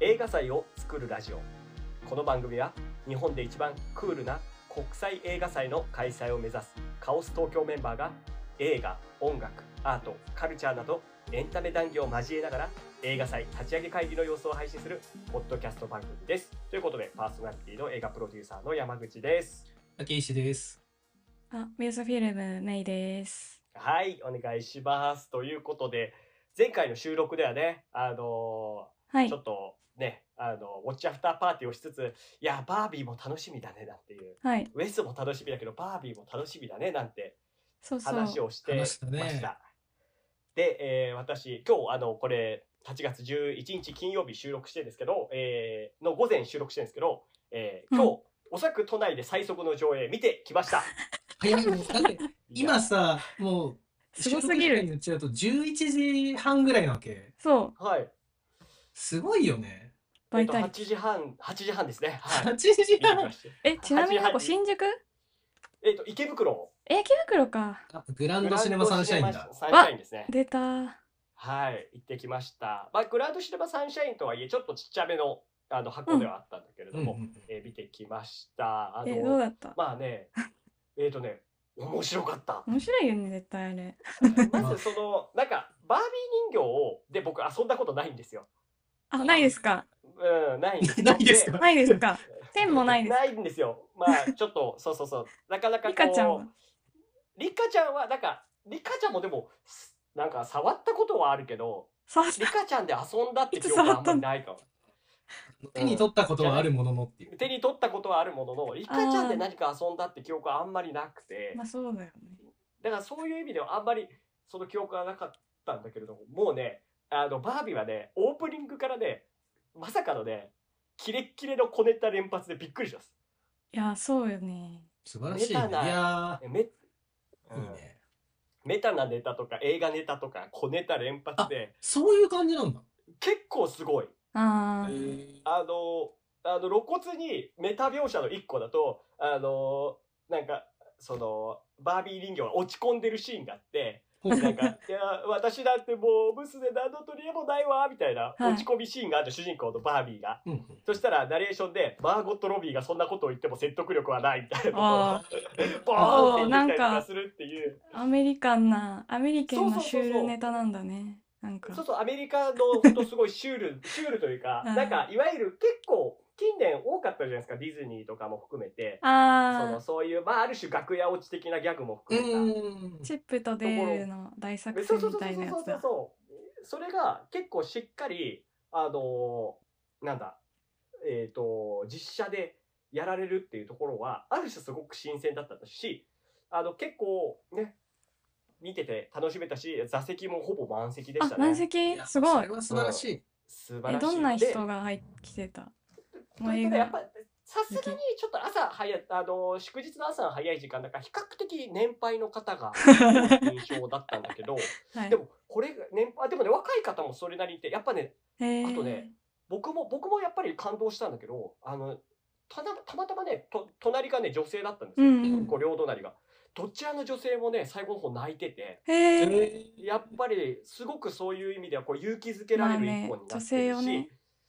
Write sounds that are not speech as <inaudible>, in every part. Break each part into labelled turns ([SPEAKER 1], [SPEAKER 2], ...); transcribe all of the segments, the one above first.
[SPEAKER 1] 映画祭を作るラジオこの番組は日本で一番クールな国際映画祭の開催を目指すカオス東京メンバーが映画音楽アートカルチャーなどエンタメ談義を交えながら映画祭立ち上げ会議の様子を配信するポッドキャスト番組ですということでパーソナリティの映画プロデューサーの山口です
[SPEAKER 2] 竹石です。
[SPEAKER 3] あ、ミューズフィルム、メイです。
[SPEAKER 1] はい、お願いします。ということで、前回の収録ではね、あの
[SPEAKER 3] は
[SPEAKER 1] ー
[SPEAKER 3] い
[SPEAKER 1] ちょ。っとね、あの、ウォッチアフターパーティーをしつつ、いや、バービーも楽しみだね、なんていう。
[SPEAKER 3] はい。
[SPEAKER 1] ウェスも楽しみだけど、バービーも楽しみだね、なんて
[SPEAKER 3] そうそう。
[SPEAKER 1] 話をしてま
[SPEAKER 2] 話
[SPEAKER 1] し
[SPEAKER 2] した
[SPEAKER 1] た。
[SPEAKER 2] ね
[SPEAKER 1] で、えー私、今日、あの、これ、8月11日金曜日収録してるんですけど、えーの午前収録してるんですけど、えー今日、
[SPEAKER 3] う
[SPEAKER 1] おそらく都内で最速の上映見てきました。
[SPEAKER 2] 早いね。だって <laughs> 今さ、もう、
[SPEAKER 3] すごすぎ
[SPEAKER 2] 収録
[SPEAKER 3] る
[SPEAKER 2] 時間に言っちゃうと11時半ぐらいなわけ。
[SPEAKER 3] そう。
[SPEAKER 1] はい。
[SPEAKER 2] すごいよね。
[SPEAKER 1] え
[SPEAKER 3] バ
[SPEAKER 1] っ
[SPEAKER 3] イ
[SPEAKER 1] と、
[SPEAKER 3] タリ
[SPEAKER 1] 8時半、8時半ですね。はい。
[SPEAKER 2] 8時
[SPEAKER 1] 見てき
[SPEAKER 2] 半
[SPEAKER 1] <laughs> ま。した
[SPEAKER 3] え、ちなみにこ
[SPEAKER 1] 8
[SPEAKER 3] こ新宿
[SPEAKER 1] えっと、池袋。
[SPEAKER 3] え、池袋か。
[SPEAKER 2] あグランドシネマサンシャインだ。
[SPEAKER 1] サンシャインですね。
[SPEAKER 3] 出た。
[SPEAKER 1] はい、行ってきました。まあ、グランドシネマサンシャインとはいえ、ちょっとちっちゃめの、あの、箱ではあったんだけれ
[SPEAKER 2] う
[SPEAKER 1] ど
[SPEAKER 2] んうん
[SPEAKER 1] も、えー見てきました。あ
[SPEAKER 3] え、どう
[SPEAKER 1] の、
[SPEAKER 3] だった
[SPEAKER 1] まあ
[SPEAKER 3] <laughs>
[SPEAKER 1] ね、えっとね、面白かった。
[SPEAKER 3] 面白いよね、絶対あれ。
[SPEAKER 1] まずその、なんか、バービー人形を、で、僕遊んだことないんですよ。
[SPEAKER 3] あ、ないですか
[SPEAKER 1] うん、ないんです
[SPEAKER 2] う
[SPEAKER 1] よ
[SPEAKER 2] ん <laughs> ないですか
[SPEAKER 3] ないです
[SPEAKER 1] <laughs>
[SPEAKER 3] か天もないです
[SPEAKER 1] ないんですよ。まあ、ちょっ
[SPEAKER 3] <laughs>
[SPEAKER 1] と、そうそうそう。なかなかこ
[SPEAKER 3] リ
[SPEAKER 1] う、
[SPEAKER 3] カちゃんは。
[SPEAKER 1] リカちゃんは、なんか、リカちゃんもでも、すなんか触ったことはあるけど、
[SPEAKER 3] そう
[SPEAKER 1] リカちゃんで遊んだって記憶はあんまりないかも。
[SPEAKER 2] 手に取ったことはあるもののっていう。
[SPEAKER 1] 手に取ったことはあるものの、リカちゃんで何か遊んだって記憶はあんまりなくて
[SPEAKER 3] ま、あそうだよね。
[SPEAKER 1] だからそういう意味ではあんまりその記憶はなかったんだけれども、もうね、あの、バービーはね、オープニングからね、まさかのね、キレッキレの小ネタ連発でびっくりします。
[SPEAKER 3] いや、そうよね。
[SPEAKER 2] 素晴らしい
[SPEAKER 1] メ
[SPEAKER 2] ね。い
[SPEAKER 1] タな
[SPEAKER 2] や
[SPEAKER 1] め、
[SPEAKER 2] ー、
[SPEAKER 1] うん
[SPEAKER 2] いいね。
[SPEAKER 1] メタなネタとか映画ネタとか小ネタ連発で、
[SPEAKER 2] そういう感じなんだ。
[SPEAKER 1] 結構すごい。
[SPEAKER 3] ああ。
[SPEAKER 1] あの、あの露骨にメタ描写の一個だと、あの、なんか、その、バービー人形が落ち込んでるシーンがあって、
[SPEAKER 2] ほう
[SPEAKER 1] なん
[SPEAKER 2] <laughs>
[SPEAKER 1] か、いや、私だってもう、ブスで何の取り柄もないわ、みたいな
[SPEAKER 3] はい
[SPEAKER 1] 落ち込みシーンがある主人公のバービーが。
[SPEAKER 2] うんうん
[SPEAKER 1] そしたら、ナレーションで、マーゴット・ロビーがそんなことを言っても説得力はない、みたいな
[SPEAKER 3] <laughs>
[SPEAKER 1] ことを、 <laughs> ボーンって言ったりとかするっていう。
[SPEAKER 3] アメリカンな、アメリカン
[SPEAKER 1] そ
[SPEAKER 3] な
[SPEAKER 1] うそう
[SPEAKER 3] シ
[SPEAKER 1] そうそう
[SPEAKER 3] ュールネタなんだね。なんか
[SPEAKER 1] そう。そう、アメリカのほんとすごいシュール、シュールというか、
[SPEAKER 3] うん
[SPEAKER 1] なんか、いわゆる結構、近年多かったじゃないですか、ディズニーとかも含めて。そ
[SPEAKER 3] あ
[SPEAKER 1] のそういう、まあ、ある種楽屋落ち的なギャグも
[SPEAKER 2] う
[SPEAKER 1] 含めた。
[SPEAKER 2] ん
[SPEAKER 3] あ。。チップとデールの大作
[SPEAKER 1] そう
[SPEAKER 3] 戦
[SPEAKER 1] そうそうそ
[SPEAKER 3] みた
[SPEAKER 1] う
[SPEAKER 3] いなや
[SPEAKER 1] そう
[SPEAKER 3] つ
[SPEAKER 1] そう
[SPEAKER 3] だ。
[SPEAKER 1] そう。それが結構しっかり、あのーなんだ、えっ、と、実写でやられるっていうところは、ある種すごく新鮮だったし、あの、結構ね、見てて楽しめたし、座席もほぼ満席でし
[SPEAKER 3] あ
[SPEAKER 1] た、ね。
[SPEAKER 3] 満席
[SPEAKER 2] や
[SPEAKER 3] すご
[SPEAKER 2] そ
[SPEAKER 3] い
[SPEAKER 2] れ。は素晴らしい。
[SPEAKER 1] 素晴
[SPEAKER 3] え、
[SPEAKER 1] らしい。
[SPEAKER 3] どんな
[SPEAKER 1] で
[SPEAKER 3] 人が入ってきてた
[SPEAKER 1] とい
[SPEAKER 3] 映
[SPEAKER 1] うと
[SPEAKER 3] 画
[SPEAKER 1] ねやっぱさすがにちょっと朝早いあの祝日の朝の早い時間だから比較的年配の方が多い印象だったんだけ
[SPEAKER 3] <laughs>
[SPEAKER 1] ど
[SPEAKER 3] はい
[SPEAKER 1] で。もこれが年配あでもね若い方もそれなりにいてやっぱね
[SPEAKER 3] へー
[SPEAKER 1] あとね。僕も僕もやっぱり感動したんだけどあのたなたまたまねと隣がね女性だったんです
[SPEAKER 3] う
[SPEAKER 1] よ、
[SPEAKER 3] んうん。
[SPEAKER 1] こう両隣が。どちらの女性もね最後の方泣いてて
[SPEAKER 3] へえ。
[SPEAKER 2] えー
[SPEAKER 1] やっぱりすごくそういう意味ではこう勇気づけられる一本になってるし、
[SPEAKER 3] まあね女性をね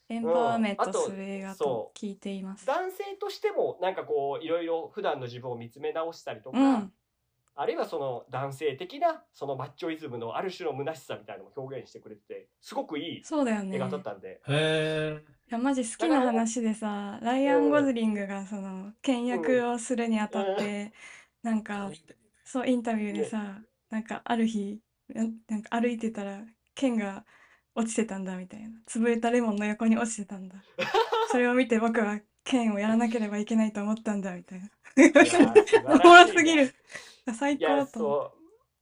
[SPEAKER 3] エンパワーメントする映画と
[SPEAKER 1] そ
[SPEAKER 3] 聞いています。
[SPEAKER 1] 男性としてもなんかこういろいろ普段の自分を見つめ直したりとか、
[SPEAKER 3] うん。
[SPEAKER 1] あるいはその男性的なそのマッチョイズムのある種の虚しさみたいなのも表現してくれててすごくいい
[SPEAKER 3] そうだよね。
[SPEAKER 1] 映
[SPEAKER 3] い
[SPEAKER 1] 画だったんで、
[SPEAKER 2] へ
[SPEAKER 3] や、マジ好きな話でさ、ライアン・ゴズリングがその、倹約をするにあたって、なんか
[SPEAKER 2] ー、。
[SPEAKER 3] そう、インタビューでさ、なんかある日、なんなんか歩いてたら、剣が落ちてたんだみたいな。潰れたレモンの横に落ちてた
[SPEAKER 1] <laughs>
[SPEAKER 3] んだ。それを見て僕は剣をやらなければいけないと思ったんだみたいな。
[SPEAKER 1] いやー素晴ら
[SPEAKER 3] お
[SPEAKER 1] しい
[SPEAKER 3] もろすぎる。 <laughs> 最
[SPEAKER 1] い
[SPEAKER 3] 高だ
[SPEAKER 1] や
[SPEAKER 3] と思う。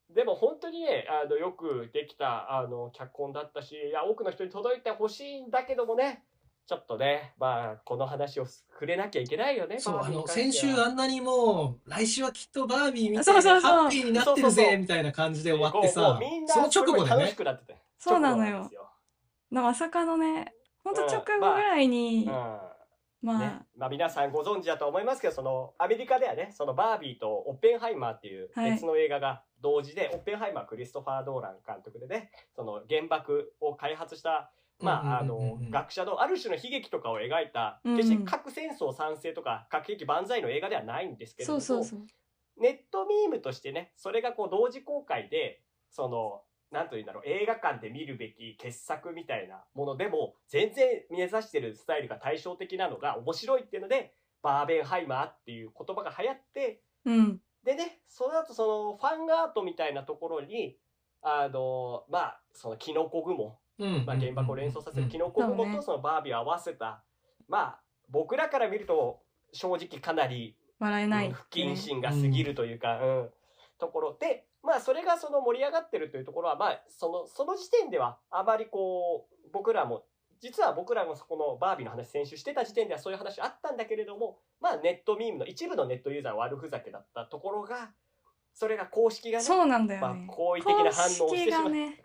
[SPEAKER 1] そうでも本当にねあのよくできたあの脚本だったしいや多くの人に届いてほしいんだけどもねちょっとねまあこの話を触れなきゃいけないよね
[SPEAKER 2] そう、
[SPEAKER 1] バー
[SPEAKER 2] あ
[SPEAKER 1] ビーに
[SPEAKER 2] の、
[SPEAKER 1] 関しては
[SPEAKER 2] 先週あんなにもう、来週はきっとバービーみたい
[SPEAKER 3] そう
[SPEAKER 2] な
[SPEAKER 3] そうそう
[SPEAKER 2] ハッピーになってる
[SPEAKER 1] そうそうそ
[SPEAKER 2] ぜ、
[SPEAKER 1] う
[SPEAKER 2] みたいな感じで終わって
[SPEAKER 1] もうも
[SPEAKER 2] さ
[SPEAKER 1] うみん、な
[SPEAKER 2] その直後
[SPEAKER 1] すごい
[SPEAKER 2] で
[SPEAKER 1] 楽し
[SPEAKER 2] ね、
[SPEAKER 1] くなってて
[SPEAKER 3] そうなのよ
[SPEAKER 1] 直後んです
[SPEAKER 3] なまさかのね、ほんと
[SPEAKER 1] うん
[SPEAKER 3] 直後ぐ
[SPEAKER 1] まあ
[SPEAKER 3] らいに、
[SPEAKER 1] うん
[SPEAKER 3] ま
[SPEAKER 1] ね
[SPEAKER 3] あ、
[SPEAKER 1] まあ、皆さんご存知だと思いますけどそのアメリカではねそのバービーとオッペンハイマーっていう
[SPEAKER 3] はい
[SPEAKER 1] 別の映画が同時で、オッペンハイマーはクリストファー・ドーラン監督でねその原爆を開発したまあ、あ
[SPEAKER 2] うんうんうんうん
[SPEAKER 1] の、学者のある種の悲劇とかを描いた、決し
[SPEAKER 3] うんう
[SPEAKER 1] て
[SPEAKER 3] ん
[SPEAKER 1] 核戦争賛成とか、核兵器万歳の映画ではないんですけれど
[SPEAKER 3] そう
[SPEAKER 1] も、
[SPEAKER 3] そうそう。
[SPEAKER 1] ネットミームとしてね、それがこう同時公開で、その、なんというんだろう、映画館で見るべき傑作みたいなものでも、全然目指してるスタイルが対照的なのが面白いっていうので、バーベンハイマーっていう言葉が流行って、
[SPEAKER 3] うん。
[SPEAKER 1] でね、その後そのファンアートみたいなところに、あの、まあ、そのキノコ雲、
[SPEAKER 2] うん
[SPEAKER 1] まあ、原爆を連想させるキ
[SPEAKER 2] ノ
[SPEAKER 1] ノコ
[SPEAKER 3] そう
[SPEAKER 1] 雲と
[SPEAKER 3] ね
[SPEAKER 1] そのバービーを合わせた、まあ、僕らから見ると、正直かなり
[SPEAKER 3] 笑えない。
[SPEAKER 1] 不謹慎が過ぎるというか、うんところで、まあ、それがその盛り上がってるというところは、まあ、その、その時点では、あまりこう、僕らも、実は僕らもそこのバービーの話先週してた時点ではそういう話あったんだけれども、まあ、ネットミームの一部のネットユーザーは悪ふざけだったところが、それが公式がね、
[SPEAKER 3] そうなんだ
[SPEAKER 1] ま
[SPEAKER 3] よ
[SPEAKER 1] あ
[SPEAKER 3] ね。、
[SPEAKER 1] 好意的な反応をしてしま
[SPEAKER 3] 公式が
[SPEAKER 1] う。
[SPEAKER 3] ね、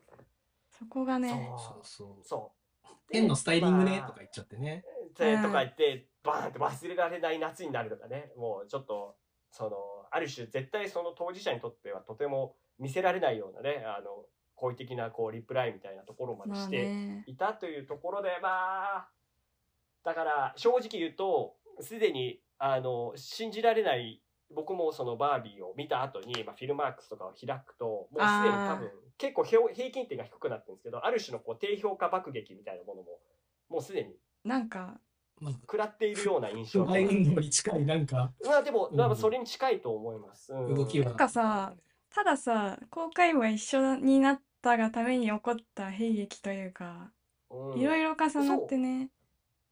[SPEAKER 3] そこがね、
[SPEAKER 2] そう
[SPEAKER 1] そ
[SPEAKER 2] そう
[SPEAKER 1] う。そう。で
[SPEAKER 2] 円のスタイリングね
[SPEAKER 1] まあ
[SPEAKER 2] とか言っちゃってね。
[SPEAKER 1] で
[SPEAKER 3] うん
[SPEAKER 1] とか言って、バーンって忘れられない夏になるとかね、もうちょっと、その、ある種絶対その当事者にとってはとても見せられないようなね、あの、好意的なこうリプライみたいなところまで
[SPEAKER 3] まあ
[SPEAKER 1] して
[SPEAKER 3] ね、
[SPEAKER 1] いたというところで、まあ、だから正直言うと、すでに、あの、信じられない、僕もそのバービーを見た後に、まあ、フィルマークスとかを開くと、もうすでに多分
[SPEAKER 3] あ、
[SPEAKER 1] 結構平平均点が低くなってるんですけど、ある種のこう低評価爆撃みたいなものも、もうすでに
[SPEAKER 3] なんか、
[SPEAKER 2] まあ、
[SPEAKER 1] 食らっているような印象
[SPEAKER 2] 障害運動に近いなんか
[SPEAKER 1] まあでも、
[SPEAKER 2] うん
[SPEAKER 1] まあそれに近いと思います。うん
[SPEAKER 2] 動きは。
[SPEAKER 3] なんかさ、たださ、公開は一緒になったがために起こった悲劇というか、
[SPEAKER 1] うん
[SPEAKER 3] いろいろ重なってね、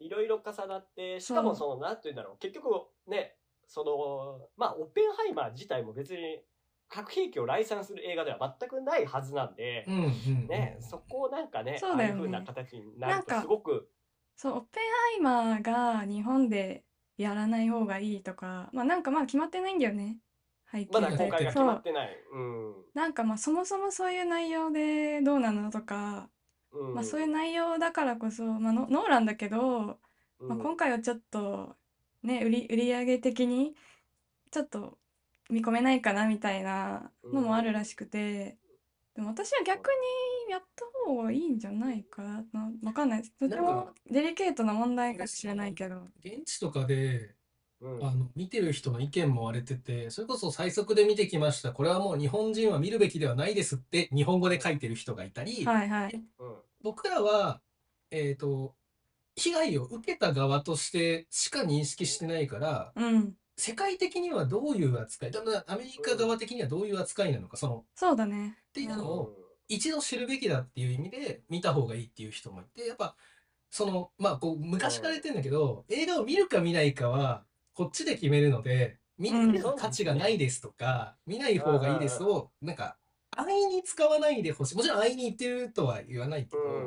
[SPEAKER 1] いろいろ重なって、しかもその、なんて言うんだろう、結局ね、その、まあ、オッペンハイマー自体も別に核兵器を来賛する映画では全くないはずなんで、
[SPEAKER 2] うんうん
[SPEAKER 1] ね、そこをなんかね、
[SPEAKER 3] そうだよね
[SPEAKER 1] ああいう風な形になると
[SPEAKER 3] なんか
[SPEAKER 1] すごく、
[SPEAKER 3] そう、オッペンハイマーが日本でやらない方がいいとか、まあなんかまあ決まってないんだよね、背
[SPEAKER 1] まだ
[SPEAKER 3] 景
[SPEAKER 1] 公開
[SPEAKER 3] という
[SPEAKER 1] が
[SPEAKER 3] か
[SPEAKER 1] 決まってない。うん。
[SPEAKER 3] なんかまあそもそもそういう内容でどうなのとか、
[SPEAKER 1] うん
[SPEAKER 3] まあそういう内容だからこそ、まあノノーランだけど、まあ、
[SPEAKER 1] うん
[SPEAKER 3] 今回はちょっとね売り売り上げ的にちょっと見込めないかなみたいなのもあるらしくて、でも私は逆にやった方がいいんじゃないかなわかんないとて
[SPEAKER 2] なん
[SPEAKER 3] も
[SPEAKER 2] か
[SPEAKER 3] デリケートな問題かもしれないけど
[SPEAKER 2] 現地とかで、
[SPEAKER 1] うん
[SPEAKER 2] あの、見てる人の意見も割れてて、それこそ最速で見てきました。これはもう日本人は見るべきではないですって、日本語で書いてる人がいたり、
[SPEAKER 3] はいはい
[SPEAKER 1] うん
[SPEAKER 2] 僕らは、えっと、被害を受けた側としてしか認識してないから、
[SPEAKER 3] うん
[SPEAKER 2] 世界的にはどういう扱い、だからアメリカ側的にはどういう扱いなのか、その、
[SPEAKER 3] そうだね
[SPEAKER 2] っていうの
[SPEAKER 1] う
[SPEAKER 2] を、
[SPEAKER 1] ん
[SPEAKER 2] 一度知るべきだっていう意味で見た方がいいっていう人もいてやっぱそのまあこう昔から言ってんだけど映画を見るか見ないかはこっちで決めるので見
[SPEAKER 3] うん
[SPEAKER 2] る価値がないですとか見ない方がいいですをなんか安易に使わないでほしいもちろん安易に言ってるとは言わないけど、
[SPEAKER 1] う
[SPEAKER 2] っ
[SPEAKER 1] ん
[SPEAKER 2] てい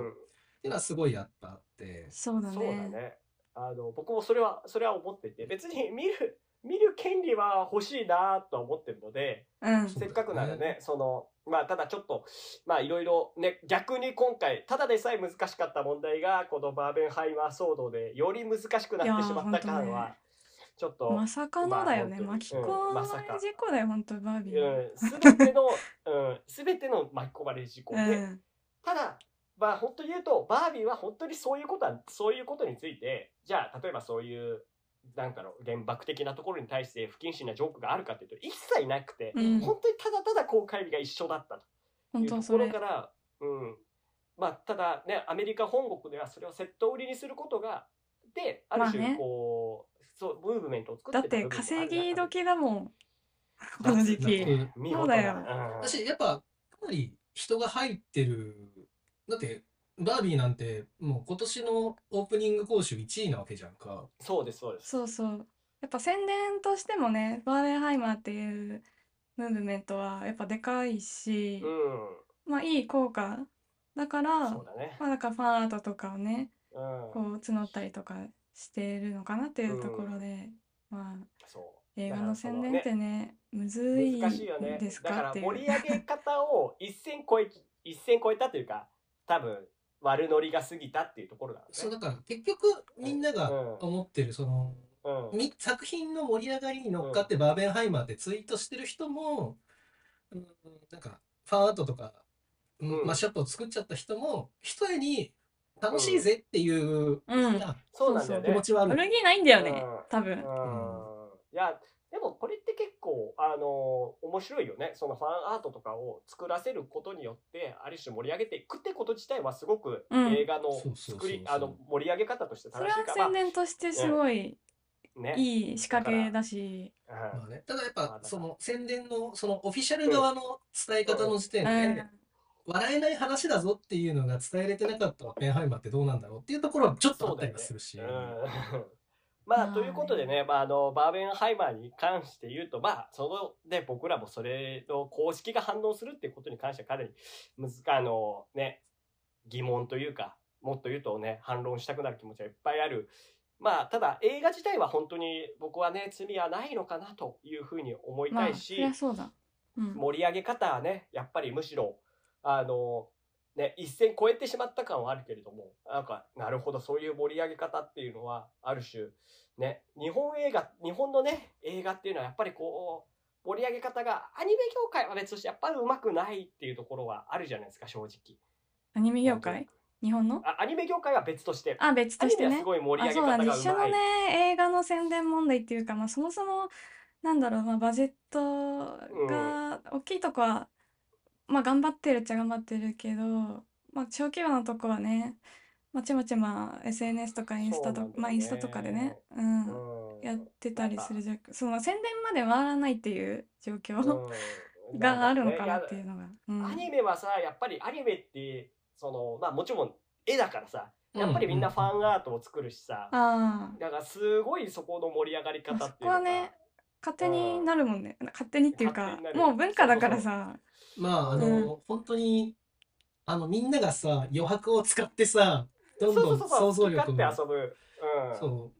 [SPEAKER 2] うのはすごいあったって
[SPEAKER 3] そうだ
[SPEAKER 1] そうだ
[SPEAKER 3] ね
[SPEAKER 1] ね。あの、僕もそれは、それは思ってて、別に見る、見る権利は欲しいなとは思ってるので、
[SPEAKER 3] うん
[SPEAKER 2] そう
[SPEAKER 1] せ
[SPEAKER 2] だよね
[SPEAKER 1] っかくならね、その、まあ、ただちょっと、まあ、いろいろね、逆に今回、ただでさえ難しかった問題が、このバーベンハイマー騒動で、より難しくなってしまった感
[SPEAKER 3] いやーほんと
[SPEAKER 1] は
[SPEAKER 3] ね、
[SPEAKER 1] ちょっと、
[SPEAKER 3] まさかのだよね
[SPEAKER 1] まあ本当に
[SPEAKER 3] 巻き込まれ
[SPEAKER 1] うんまさか
[SPEAKER 3] 事故だよ本当バービー
[SPEAKER 1] すべての、うん、すべての巻き込まれる事故
[SPEAKER 3] う
[SPEAKER 1] で、
[SPEAKER 3] ん
[SPEAKER 1] ただ、まあ本当に言うと、バービーは本当にそういうことは、そういうことについて、じゃあ、例えばそういう、なんだろう、原爆的なところに対して不謹慎なジョークがあるかというと、一切なくて、
[SPEAKER 3] うん
[SPEAKER 1] 本当にただただ公開日が一緒だったとい
[SPEAKER 3] 本
[SPEAKER 1] うと
[SPEAKER 3] 当
[SPEAKER 1] こ
[SPEAKER 3] そ
[SPEAKER 1] ろ
[SPEAKER 3] れ
[SPEAKER 1] から、うん。まあ、ただね、アメリカ本国ではそれをセット売りにすることが、で、ある
[SPEAKER 3] まあ
[SPEAKER 1] 種、
[SPEAKER 3] ね
[SPEAKER 1] こう、そう、ムーブメントを作
[SPEAKER 3] だ
[SPEAKER 1] っ
[SPEAKER 3] ってて
[SPEAKER 1] た部分もある中
[SPEAKER 3] 稼
[SPEAKER 1] で
[SPEAKER 3] ぎ時だもんこの時期
[SPEAKER 2] うん
[SPEAKER 1] 見事
[SPEAKER 3] そう
[SPEAKER 1] な
[SPEAKER 3] だよ
[SPEAKER 1] うん
[SPEAKER 2] 私やっぱかなり人が入ってるだってバービーなんてもう今年のオープニング講習1位なわけじゃんか。
[SPEAKER 1] そうです、そうです。
[SPEAKER 3] そうそう。やっぱ宣伝としてもね、バーベンハイマーっていうムーブメントはやっぱでかいし
[SPEAKER 1] う、ん。
[SPEAKER 3] まあいい効果だから、
[SPEAKER 1] そうだね。
[SPEAKER 3] まあだからファンアートとかをね、
[SPEAKER 1] うん
[SPEAKER 3] こ。う募ったりとかしてるのかなっていうところで、まあ
[SPEAKER 1] そう。
[SPEAKER 3] 映画
[SPEAKER 1] だから
[SPEAKER 3] の
[SPEAKER 1] そ
[SPEAKER 3] 宣
[SPEAKER 1] の
[SPEAKER 3] 伝
[SPEAKER 1] ね
[SPEAKER 3] ってね、むずい
[SPEAKER 1] 難しいよね。
[SPEAKER 3] です
[SPEAKER 1] だか
[SPEAKER 3] からっていう。
[SPEAKER 1] 盛り上げ方を一線超え、一線超えたというか、多分悪ノリが過ぎたっていうところだよね。
[SPEAKER 2] そうだから結局みんなが
[SPEAKER 1] う
[SPEAKER 2] 思ってるその
[SPEAKER 1] ん。うん。
[SPEAKER 2] み作品の盛り上がりに乗っかってバーベンハイマーってツイートしてる人も、うん、なんかファンアートとか、うん
[SPEAKER 1] うん
[SPEAKER 2] マッシュアップを作っちゃった人も一重に楽しいぜっていう、
[SPEAKER 3] うん
[SPEAKER 2] な
[SPEAKER 1] そうなんだよ
[SPEAKER 2] 気
[SPEAKER 1] ね
[SPEAKER 2] 持。ちはあ
[SPEAKER 3] 悪
[SPEAKER 2] る。
[SPEAKER 3] 気ないんだよね
[SPEAKER 1] うん
[SPEAKER 3] 多分
[SPEAKER 1] いやでもこれって結構あの面白いよねそのファンアートとかを作らせることによってある種盛り上げていくってこと自体はすごく
[SPEAKER 3] うん
[SPEAKER 1] 映画の
[SPEAKER 2] そうそうそう
[SPEAKER 1] 作り
[SPEAKER 2] そう
[SPEAKER 1] あの盛り上げ方として
[SPEAKER 3] そ
[SPEAKER 1] 正
[SPEAKER 3] れ
[SPEAKER 1] し
[SPEAKER 3] はい
[SPEAKER 1] から
[SPEAKER 3] 宣伝としてすごい
[SPEAKER 1] ね
[SPEAKER 3] いい仕掛けだし
[SPEAKER 1] うん
[SPEAKER 2] まあね、ただやっ
[SPEAKER 1] まあだか
[SPEAKER 2] ぱ
[SPEAKER 1] ら
[SPEAKER 2] その宣伝のそのオフィシャル側の伝え方の時点
[SPEAKER 3] う
[SPEAKER 2] で
[SPEAKER 3] ん
[SPEAKER 2] 笑えない話だぞっていうのが伝えれてなかったオッペンハイマーってどうなんだろうっていうところはちょっとあったりはするし。
[SPEAKER 1] うんまあ、ということでね、まあ、あのバーベンハイマーに関して言うと、まあ、そので僕らもそれの公式が反応するっていうことに関してはかなりむずあの、ね、疑問というかもっと言うとね反論したくなる気持ちはいっぱいある。まあ、ただ映画自体は本当に僕はね罪はないのかなというふうに思い
[SPEAKER 3] ま
[SPEAKER 1] た
[SPEAKER 3] あ
[SPEAKER 1] い
[SPEAKER 3] そ
[SPEAKER 1] し、
[SPEAKER 3] りゃそうだうん
[SPEAKER 1] 盛り上げ方はねやっぱりむしろあのね一線超えてしまった感はあるけれどもなんかなるほどそういう盛り上げ方っていうのはある種ね日本映画日本のね映画っていうのはやっぱりこう盛り上げ方がアニメ業界は別としてやっぱりうまくないっていうところはあるじゃないですか正直。
[SPEAKER 3] アニメ業界日本の
[SPEAKER 1] あアニメ業界は別として。
[SPEAKER 3] あ別
[SPEAKER 1] ア
[SPEAKER 3] と
[SPEAKER 1] ニ
[SPEAKER 3] して
[SPEAKER 1] メは
[SPEAKER 3] ね
[SPEAKER 1] すごい盛り
[SPEAKER 3] あ
[SPEAKER 1] 上げ
[SPEAKER 3] そう
[SPEAKER 1] 方が
[SPEAKER 3] だ
[SPEAKER 1] うまい。
[SPEAKER 3] ね一緒のね映画の宣伝問題っていうか、まあ、そもそもなんだろう、まあ、バジェットが大きいとこは、まあ、頑張ってるっちゃ頑張ってるけど、まあ、小規模なとこはね、まあ、ちまちま SNS とかインス
[SPEAKER 1] そうなん
[SPEAKER 3] タと
[SPEAKER 1] だよね
[SPEAKER 3] まあ、インスタとかでね、うん
[SPEAKER 1] うん
[SPEAKER 3] やってたりするじゃんその宣伝まで回らないっていう状況
[SPEAKER 1] うん
[SPEAKER 3] <laughs> があるのかな
[SPEAKER 1] や
[SPEAKER 3] っていうのが、うん
[SPEAKER 1] アニメはさやっぱりアニメってそのまあもちろん絵だからさやっぱりみんなファンアートを作るしさ、
[SPEAKER 3] ああ
[SPEAKER 1] だからすごいそこの盛り上がり方っていうのが
[SPEAKER 3] そこはね勝手になるもんね勝手にっていうか
[SPEAKER 1] 勝手になる
[SPEAKER 3] もう文化だから
[SPEAKER 1] そう
[SPEAKER 3] さ
[SPEAKER 2] まあ、あ
[SPEAKER 3] う
[SPEAKER 2] の、本当に、あの、みんながさ、余白を使ってさ、どんどん想像力
[SPEAKER 1] 好き勝
[SPEAKER 2] を、
[SPEAKER 1] 手遊ぶ、うん、
[SPEAKER 2] そう、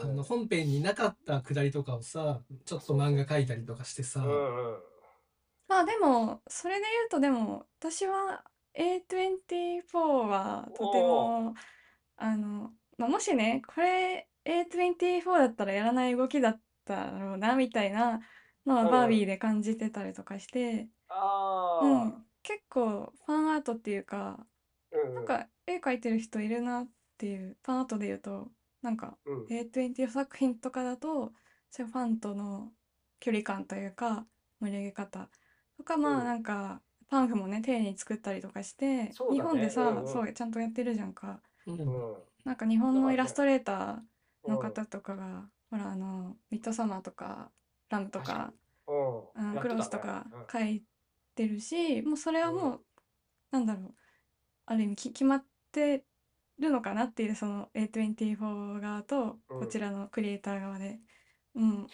[SPEAKER 2] あ
[SPEAKER 1] うん
[SPEAKER 2] の、本編になかったくだりとかをさ、ちょっと漫画描いたりとかしてさ、
[SPEAKER 1] うんうん
[SPEAKER 3] まあでも、それで言うとでも、私は A24 はとても、あの、まあ、もしね、これ A24 だったらやらない動きだったろうな、みたいなのは
[SPEAKER 1] うん
[SPEAKER 3] バービーで感じてたりとかして、
[SPEAKER 1] あ
[SPEAKER 3] う
[SPEAKER 1] ー
[SPEAKER 3] ん、結構ファンアートっていうか、
[SPEAKER 1] うん
[SPEAKER 3] なんか絵描いてる人いるなっていう、ファンアートで言うと、なんか
[SPEAKER 1] うん
[SPEAKER 3] A24 作品とかだとそういうファンとの距離感というか盛り上げ方とかま
[SPEAKER 1] う
[SPEAKER 3] あ
[SPEAKER 1] ん
[SPEAKER 3] なんかパンフもね丁寧に作ったりとかして
[SPEAKER 1] そうだね
[SPEAKER 3] 日本でさ
[SPEAKER 1] うんうん
[SPEAKER 3] そうちゃんとやってるじゃんか
[SPEAKER 2] うん
[SPEAKER 1] うん
[SPEAKER 3] なんか日本
[SPEAKER 1] そうだ
[SPEAKER 3] の
[SPEAKER 1] ね
[SPEAKER 3] イラストレーターの
[SPEAKER 1] うん
[SPEAKER 3] 方とかがほらあのミッドサマーとかラムと
[SPEAKER 1] 確
[SPEAKER 3] か
[SPEAKER 1] う
[SPEAKER 3] うん
[SPEAKER 1] ん、やって
[SPEAKER 3] ク
[SPEAKER 1] た
[SPEAKER 3] ロ
[SPEAKER 1] ね
[SPEAKER 3] スとか
[SPEAKER 1] うん
[SPEAKER 3] 書いてるしもうそれはも
[SPEAKER 1] うん
[SPEAKER 3] うなんだろうある意味き決まってるのかなっていうその A24 側と
[SPEAKER 1] うん
[SPEAKER 3] こちらのクリエイター側で。うん、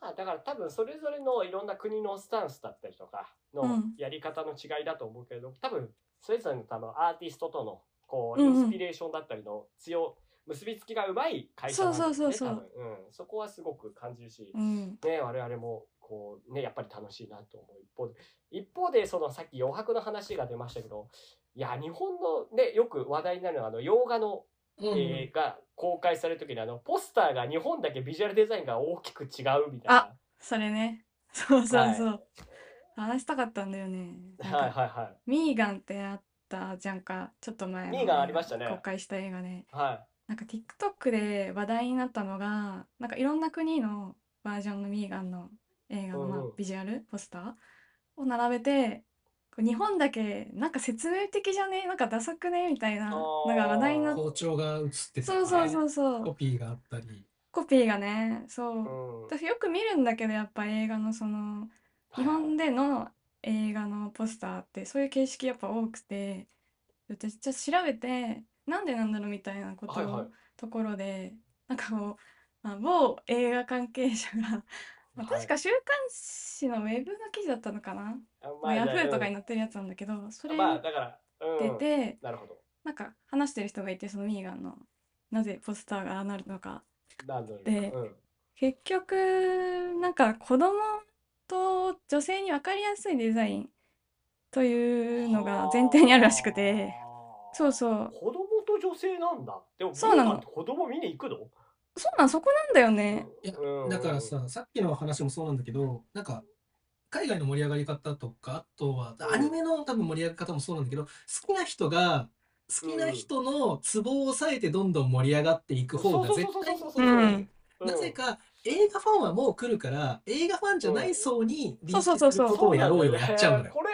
[SPEAKER 1] まあだから多分それぞれのいろんな国のスタンスだったりとか
[SPEAKER 3] う
[SPEAKER 1] の
[SPEAKER 3] ん
[SPEAKER 1] やり方の違いだと思うけど、多分それぞれの多分アーティストとのこうイ
[SPEAKER 3] うんうん
[SPEAKER 1] ンスピレーションだったりの強結びつきがうまい会社なんだよね
[SPEAKER 3] そうそうそうそう
[SPEAKER 1] 多分、うん、そこはすごく感じるし、
[SPEAKER 3] うん、
[SPEAKER 1] ね我々もこうねやっぱり楽しいなと思う一方で一方でそのさっき余白の話が出ましたけどいや日本のねよく話題になるのはあの洋画の
[SPEAKER 2] うん
[SPEAKER 1] 映画が公開される時にあのポスターが日本だけビジュアルデザインが大きく違うみたいな
[SPEAKER 3] あ。それね。 <laughs> そうそうそう。
[SPEAKER 1] は
[SPEAKER 3] 話したかったんだよね。なんか
[SPEAKER 1] はいはいは
[SPEAKER 3] ミーガンってあったじゃんか、ちょっと前の
[SPEAKER 1] ミーガンありましたね
[SPEAKER 3] 公開した映画で。
[SPEAKER 1] い。は
[SPEAKER 3] なんか TikTok で話題になったのが、なんかいろんな国のバージョンのミーガンの映画の、まあ
[SPEAKER 1] うんうん
[SPEAKER 3] ビジュアル、ポスターを並べて、こう日本だけなんか説明的じゃねなんかダサくねみたいなのが話題になっ
[SPEAKER 1] あー
[SPEAKER 2] 包丁が映ってた
[SPEAKER 3] そうそうそうそ
[SPEAKER 2] コ
[SPEAKER 3] う。
[SPEAKER 2] ピーがあったり、
[SPEAKER 3] コピーがね、そう。
[SPEAKER 1] い。うん
[SPEAKER 3] 私よく見るんだけどやっぱ映画のその日本での映画のポスターってそういう形式やっぱ多くて私じゃあ調べてなんでなんだろうみたいなこと
[SPEAKER 1] はいはい
[SPEAKER 3] をところでなんかこう、まあ、某映画関係者
[SPEAKER 1] <laughs>
[SPEAKER 3] が、まあ、
[SPEAKER 1] はい
[SPEAKER 3] 確か週刊誌のウェブの記事だったのかな、
[SPEAKER 1] あ
[SPEAKER 3] まあ、ヤフーとかに
[SPEAKER 1] なっ
[SPEAKER 3] 載ってるやつなんだけどそれ
[SPEAKER 1] まあだから、う
[SPEAKER 3] 出
[SPEAKER 1] ん、
[SPEAKER 3] て、
[SPEAKER 1] なるほど。
[SPEAKER 3] なんか話してる人がいてそのミーガンのなぜポスターがああなるのか
[SPEAKER 1] なるほど。
[SPEAKER 3] で
[SPEAKER 1] うん
[SPEAKER 3] 結局なんか子供と女性に分かりやすいデザインというのが前提にあるらしくて。そう
[SPEAKER 1] う。
[SPEAKER 3] そう
[SPEAKER 1] 子供と女性なんだ。でも、
[SPEAKER 3] そうなの
[SPEAKER 1] ミーガンって子供見に行くの。
[SPEAKER 3] そうなんそこなんだよね
[SPEAKER 2] いや
[SPEAKER 1] うん
[SPEAKER 2] だから、さ、さっきの話もそうなんだけど、なんか、海外の盛り上がり方とか、あとは、アニメの多分盛り上げ方もそうなんだけど、好きな人が好好きな人のツボを押さえてどんどん盛り上がっていく方が絶対いい
[SPEAKER 1] そうそうそうそう
[SPEAKER 3] そうそううん
[SPEAKER 2] なぜか映画ファンはもう来るから映画ファンじゃない層にリーチ
[SPEAKER 3] そうそう
[SPEAKER 2] す
[SPEAKER 3] そう
[SPEAKER 2] る
[SPEAKER 3] そう
[SPEAKER 2] ことをやろうよやっちゃうのよ。
[SPEAKER 1] これ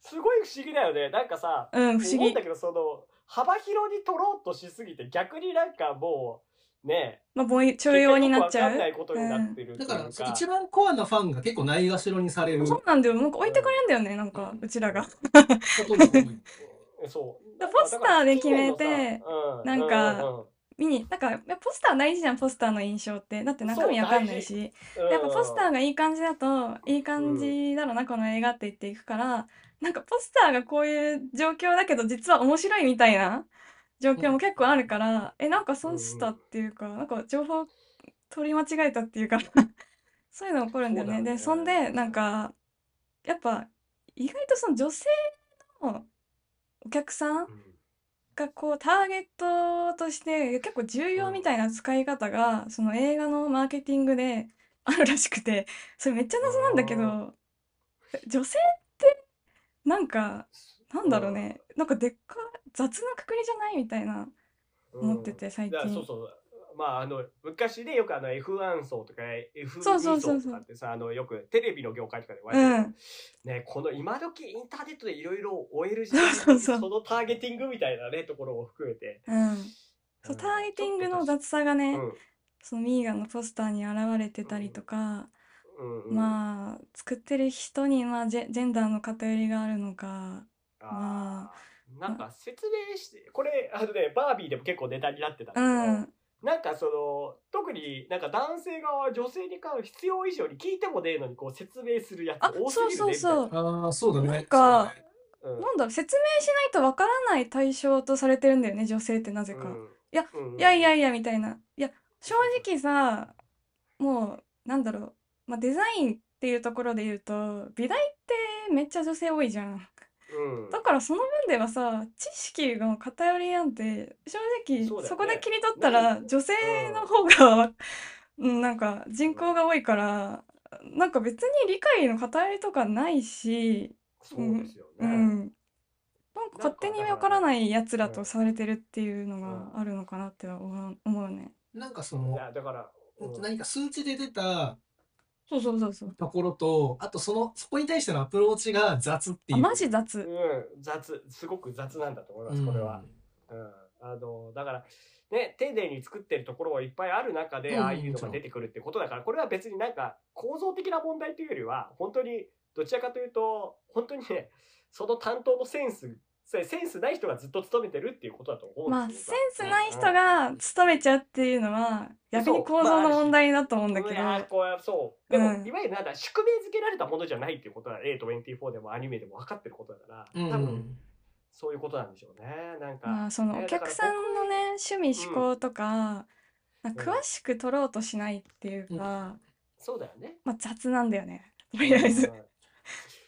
[SPEAKER 1] すごい不思議だよねなんかさ
[SPEAKER 3] うん、不思
[SPEAKER 1] 思っ
[SPEAKER 3] 議
[SPEAKER 1] た。けどその幅広に取ろうとしすぎて逆になんかもうね
[SPEAKER 3] まあ、ぼん徴用になっちゃ
[SPEAKER 1] 結
[SPEAKER 3] う
[SPEAKER 1] 果。よくわかんないことになってるって
[SPEAKER 2] だ
[SPEAKER 1] いう
[SPEAKER 2] か
[SPEAKER 1] から
[SPEAKER 2] 一番コアなファンが結構ないがしろにされる
[SPEAKER 3] そ
[SPEAKER 2] こ
[SPEAKER 3] うなんだよ。なんか置いてかれんだよね。なんか、うちらが。
[SPEAKER 2] とが多い。
[SPEAKER 1] <laughs> そう
[SPEAKER 3] だからポスターで決めて
[SPEAKER 1] だら
[SPEAKER 3] なんか
[SPEAKER 1] うんうんうん
[SPEAKER 3] 見に、なんか、ポスター大事じゃん、ポスターの印象って。だって中身わかんない
[SPEAKER 1] そ
[SPEAKER 3] し。
[SPEAKER 1] うん
[SPEAKER 3] やっぱポスターがいい感じだといい感じだろうな、この映画って言っていくからなんかポスターがこういう状況だけど実は面白いみたいな状況も結構あるから、えなんか損したっていうか、なんか情報取り間違えたっていうか <laughs> そういうの起こるんだよ
[SPEAKER 1] そ
[SPEAKER 3] ね。
[SPEAKER 1] うだよね
[SPEAKER 3] でそんでなんかやっぱ意外とその女性のお客さんがこうターゲットとして結構重要みたいな使い方が、その映画のマーケティングであるらしくて <laughs> それめっちゃ謎なんだけ
[SPEAKER 1] あ
[SPEAKER 3] ど女性ってなんかなんだろうね、なんかでっか雑なくくりじゃないみたいな
[SPEAKER 1] うん
[SPEAKER 3] 思ってて最
[SPEAKER 1] だから
[SPEAKER 3] 近
[SPEAKER 1] そうそうまああの昔ねよくあの F1 層とか F2
[SPEAKER 3] そうそうそうそう
[SPEAKER 1] 層とかってさあのよくテレビの業界とかで割
[SPEAKER 3] うん
[SPEAKER 1] ねこの今時インターネットでいろいろ終える時
[SPEAKER 3] そうそう
[SPEAKER 1] そのターゲティングみたいなねところを含めて、
[SPEAKER 3] うんそうターゲティングの雑さがね、
[SPEAKER 1] うん
[SPEAKER 3] そのミーガンのポスターに現れてたりとか、
[SPEAKER 1] うんうん
[SPEAKER 3] まあ作ってる人にまあジェジェンダーの偏りがあるのか
[SPEAKER 1] あーなんか説明してこれあのねバービーでも結構ネタになってたんだけ
[SPEAKER 3] う
[SPEAKER 1] ど、
[SPEAKER 3] ん
[SPEAKER 1] なんかその特になんか男性側は女性に関う必要以上に聞いてもねえのにこう説明するやつ
[SPEAKER 3] あ
[SPEAKER 1] 多す
[SPEAKER 3] そう
[SPEAKER 1] ぎる
[SPEAKER 3] そ
[SPEAKER 1] ねみたい
[SPEAKER 3] うそ
[SPEAKER 1] な
[SPEAKER 3] う
[SPEAKER 2] ああそうだね。
[SPEAKER 3] なんか
[SPEAKER 1] うん
[SPEAKER 3] なんだろう説明しないとわからない対象とされてるんだよね女性ってなぜか、いやいやいやみたいないや正直さもうなんだろう、まあ、デザインっていうところで言うと美大ってめっちゃ女性多いじゃん
[SPEAKER 1] うん
[SPEAKER 3] だからその分ではさ知識の偏りなんて正直
[SPEAKER 1] そうだよね
[SPEAKER 3] こで切り取った
[SPEAKER 1] な
[SPEAKER 3] ら
[SPEAKER 1] い
[SPEAKER 3] 女性の方が、うん、なんか人口が多いからなんか別に理解の偏りとかないし
[SPEAKER 1] そうですよね、
[SPEAKER 3] うん。なんか勝手に
[SPEAKER 1] なんかだからね
[SPEAKER 3] わからないやつら
[SPEAKER 1] うん
[SPEAKER 3] とされてるっていうの
[SPEAKER 1] う
[SPEAKER 3] が
[SPEAKER 1] ん
[SPEAKER 3] あるのかなっては思う思うね。
[SPEAKER 2] なんかそ
[SPEAKER 1] い
[SPEAKER 2] の
[SPEAKER 1] やだから、うん
[SPEAKER 2] 何か数値で出た
[SPEAKER 3] そうそうそうそう。
[SPEAKER 2] ところとあとそのそこに対してのアプローチが雑ってい
[SPEAKER 3] あ、
[SPEAKER 2] う。
[SPEAKER 3] マジ雑。
[SPEAKER 1] うん、雑すごく雑なんだと思いま
[SPEAKER 2] う
[SPEAKER 1] す
[SPEAKER 2] ん
[SPEAKER 1] これは、うんあのだからね丁寧に作ってるところはいっぱいある中で、
[SPEAKER 2] うんうん
[SPEAKER 1] ああいうのが出てくるってことだからこれは別になんか構造的な問題というよりは本当にどちらかというと本当にねその担当のセンスセセンスない人がずっと勤めてるっていうことだと思う
[SPEAKER 3] ま
[SPEAKER 1] ん
[SPEAKER 3] あ、
[SPEAKER 1] で
[SPEAKER 3] セ
[SPEAKER 1] す
[SPEAKER 3] ン
[SPEAKER 1] よ
[SPEAKER 3] スない人が勤めちゃうっていうのは、逆に構造の問題だと思うんだけど
[SPEAKER 1] い。やこうそうでも、
[SPEAKER 3] うん
[SPEAKER 1] いわゆるなんだ宿命づけられたものじゃないっていうことは A24 でもアニメでも分かってることだから、
[SPEAKER 2] うんう
[SPEAKER 1] 多分
[SPEAKER 2] ん。
[SPEAKER 1] そういうことなんでしょうねなんか、
[SPEAKER 3] まあ、その
[SPEAKER 1] ね
[SPEAKER 3] お客さんのね、趣味
[SPEAKER 1] うん
[SPEAKER 3] 嗜好とか、なんか
[SPEAKER 1] うん
[SPEAKER 3] 詳しく取ろうとしないっていうか、
[SPEAKER 2] うん
[SPEAKER 1] そうだよね
[SPEAKER 3] まあ、雑なんだよね。とりあえず。
[SPEAKER 1] うん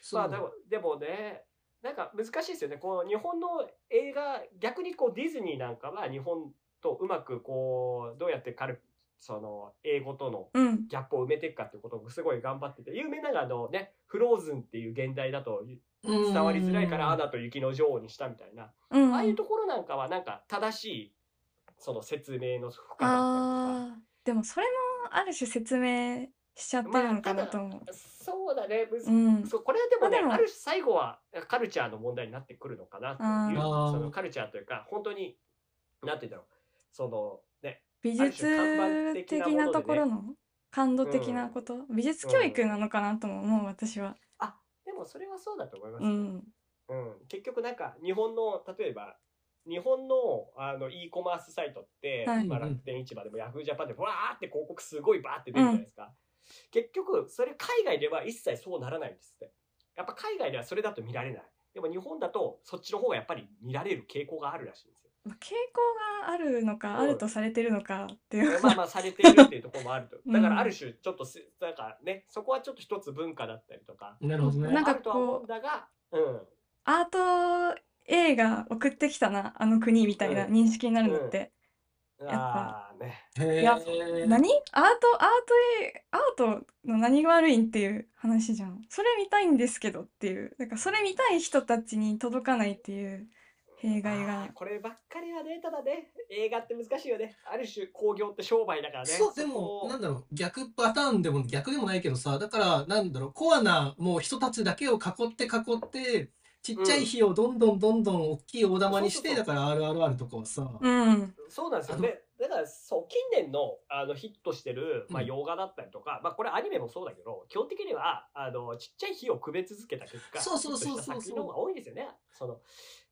[SPEAKER 2] そう
[SPEAKER 1] まあでもでもねなんか難しいですよねこの日本の映画逆にこうディズニーなんかは日本とうまくこうどうやってカルその英語との
[SPEAKER 3] うん。
[SPEAKER 1] ギャップを埋めていくかっていうことをすごい頑張ってて有名なのがあのね「フローズン」っていう現代だと伝わりづらいから「アナと雪の女王」にしたみたいな
[SPEAKER 3] うん。
[SPEAKER 1] ああいう
[SPEAKER 3] あ
[SPEAKER 1] ところなんかはなんか正しいその説明の負荷だったりとか
[SPEAKER 3] あー、でもそれもある種説明しちゃってるのかなと思う。
[SPEAKER 1] そうだね難
[SPEAKER 3] うん。
[SPEAKER 1] そうこれはでもね
[SPEAKER 3] まあでも
[SPEAKER 1] ある種最後はカルチャーの問題になってくるのかなという
[SPEAKER 2] あ
[SPEAKER 1] そ
[SPEAKER 2] ー
[SPEAKER 1] のカルチャーというか本当になんて言うんだろうそのね
[SPEAKER 3] 美
[SPEAKER 1] ある種看
[SPEAKER 3] 術
[SPEAKER 1] 板的な
[SPEAKER 3] 的な
[SPEAKER 1] ものでね
[SPEAKER 3] ところの感度的なこと、美術教育なのかなとも思う私は。
[SPEAKER 1] あでもそれはそうだと思います
[SPEAKER 3] う
[SPEAKER 1] ね、
[SPEAKER 3] ん、
[SPEAKER 1] うん結局なんか日本の例えば日本のあの e コマースサイトって、
[SPEAKER 3] はい
[SPEAKER 1] まあ、楽天市場でも Yahoo! ジャパンでもわーって広告すごいバーって出るじゃないですか、結局それ海外では一切そうならないんですってやっぱ海外ではそれだと見られないでも日本だとそっちの方がやっぱり見られる傾向があるらしいんですよ
[SPEAKER 3] まあ傾向があるのか
[SPEAKER 1] そ
[SPEAKER 3] あ
[SPEAKER 1] う
[SPEAKER 3] るとされてるのかっていう
[SPEAKER 1] まあまあされてるっていうところもあると
[SPEAKER 3] うん
[SPEAKER 1] だからある種ちょっとせなんかねそこはちょっと一つ文化だったりとか
[SPEAKER 2] なるほどね。
[SPEAKER 3] なんか
[SPEAKER 1] あるとは思うんだがうん
[SPEAKER 3] <laughs> アート映画送ってきたなあの国みたいな
[SPEAKER 1] うん
[SPEAKER 3] 認識になるのって、
[SPEAKER 1] ああね
[SPEAKER 2] へ
[SPEAKER 3] いや
[SPEAKER 2] ー
[SPEAKER 3] 何アートアート映アートの何が悪いんっていう話じゃんそれ見たいんですけどっていうなんかそれ見たい人たちに届かないっていう弊害が
[SPEAKER 1] あーこればっかりはね、ただね、映画って難しいよね。ある種、興行って商売だからね。
[SPEAKER 2] そう、で
[SPEAKER 1] こ
[SPEAKER 2] も
[SPEAKER 1] を、
[SPEAKER 2] なんだろう、逆パターンでも逆でもないけどさ、だから、なんだろう、コアなもう人たちだけを囲って囲って、ちっちゃい火をどんどんどんどん大きい大玉にして、
[SPEAKER 1] そうそう
[SPEAKER 2] だから RRR とかはさ、
[SPEAKER 3] うん
[SPEAKER 1] そうなんですよね。だから、そう、近年のあのヒットしてる、まあ、
[SPEAKER 2] うん
[SPEAKER 1] 洋画だったりとか、まあ、これアニメもそうだけど、基本的には、あの、ちっちゃい火をくべ続けた結果、
[SPEAKER 2] そうそうそ
[SPEAKER 1] ヒット
[SPEAKER 2] うそう
[SPEAKER 1] した作品の方が多いんですよね。その、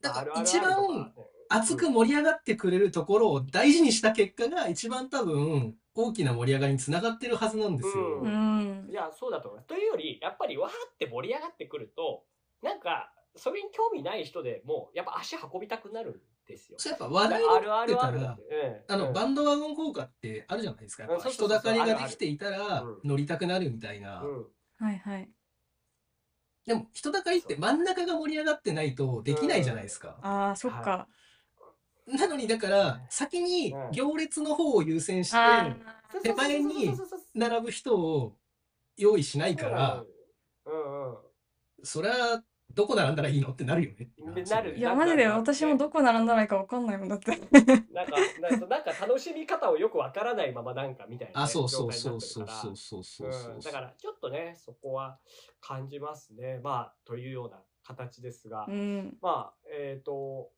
[SPEAKER 2] だから
[SPEAKER 1] まあ
[SPEAKER 2] 一番
[SPEAKER 1] RRR とかね
[SPEAKER 2] 熱く盛り上がってくれるところを大事にした結果が一番多分大きな盛り上がりにつながってるはずなんですよ。
[SPEAKER 1] う
[SPEAKER 3] うん
[SPEAKER 1] いや、そうだと思います。というより、やっぱりわーって盛り上がってくると、なんか、それに興味ない人でも、やっぱ足運びたくなるんですよ。
[SPEAKER 2] そうやっぱ話
[SPEAKER 1] あ
[SPEAKER 2] 題
[SPEAKER 1] る
[SPEAKER 2] に
[SPEAKER 1] あ
[SPEAKER 2] な
[SPEAKER 1] る
[SPEAKER 2] ってたら、あの、バ
[SPEAKER 1] ン
[SPEAKER 2] ンドワゴン効果ってあるじゃないですか。やっぱ
[SPEAKER 1] うんそうそうそう
[SPEAKER 2] 人だかりができていた
[SPEAKER 1] あ
[SPEAKER 2] ら
[SPEAKER 1] るあるうん
[SPEAKER 2] 乗りたくなるみたいな。
[SPEAKER 3] はいはい
[SPEAKER 2] でも人だかりって真ん中が盛り上がってないとできないじゃないですか。
[SPEAKER 3] あーそっか
[SPEAKER 2] なのにだから先に
[SPEAKER 1] うん
[SPEAKER 2] 行列の方を優先して
[SPEAKER 3] あ
[SPEAKER 2] 手前に並ぶ人を用意しないから、、
[SPEAKER 1] うんうん
[SPEAKER 2] そりゃどこ並んだらいいのってなるよねっていう話
[SPEAKER 1] でなる
[SPEAKER 3] ーいやマジで私もどこ並んだらいいかわかんないもん
[SPEAKER 1] <laughs>
[SPEAKER 3] だって
[SPEAKER 1] なんかなんかなんか楽しみ方をよくわからないままなんかみたいなね、
[SPEAKER 2] あ、そうそ
[SPEAKER 1] 状
[SPEAKER 2] う
[SPEAKER 1] 態に
[SPEAKER 2] そ
[SPEAKER 1] な
[SPEAKER 2] う
[SPEAKER 1] ってるか
[SPEAKER 2] そう
[SPEAKER 1] ら
[SPEAKER 2] そうそうそうそううん
[SPEAKER 1] だからちょっとねそこは感じますねまあというような形ですが、
[SPEAKER 3] うん
[SPEAKER 1] まあえっ、と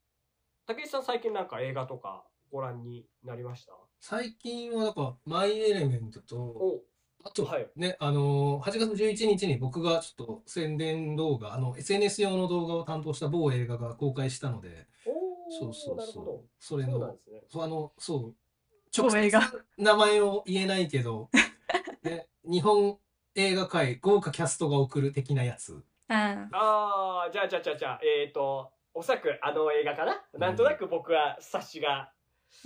[SPEAKER 1] 武井さん最近なんか映画とかご覧になりました
[SPEAKER 2] 最近はなんかマイ・エレメントと
[SPEAKER 1] お
[SPEAKER 2] あと
[SPEAKER 1] はい
[SPEAKER 2] ねあのー8月11日に僕がちょっと宣伝動画あの SNS 用の動画を担当した某映画が公開したので
[SPEAKER 1] おー
[SPEAKER 2] そうそう
[SPEAKER 1] なるほど
[SPEAKER 2] そうそれ
[SPEAKER 1] そうなん
[SPEAKER 2] の
[SPEAKER 1] ですね
[SPEAKER 2] そうあのそう
[SPEAKER 3] 某
[SPEAKER 2] 直接
[SPEAKER 3] 映画
[SPEAKER 2] 名前を言えないけ
[SPEAKER 3] <laughs>
[SPEAKER 2] どね日本映画界豪華キャストが送る的なやつ
[SPEAKER 3] あ
[SPEAKER 1] ああ、じゃあじゃあじゃあじゃあ、えっ、と、おそらくあの映画かな、なんとなく僕は冊子が、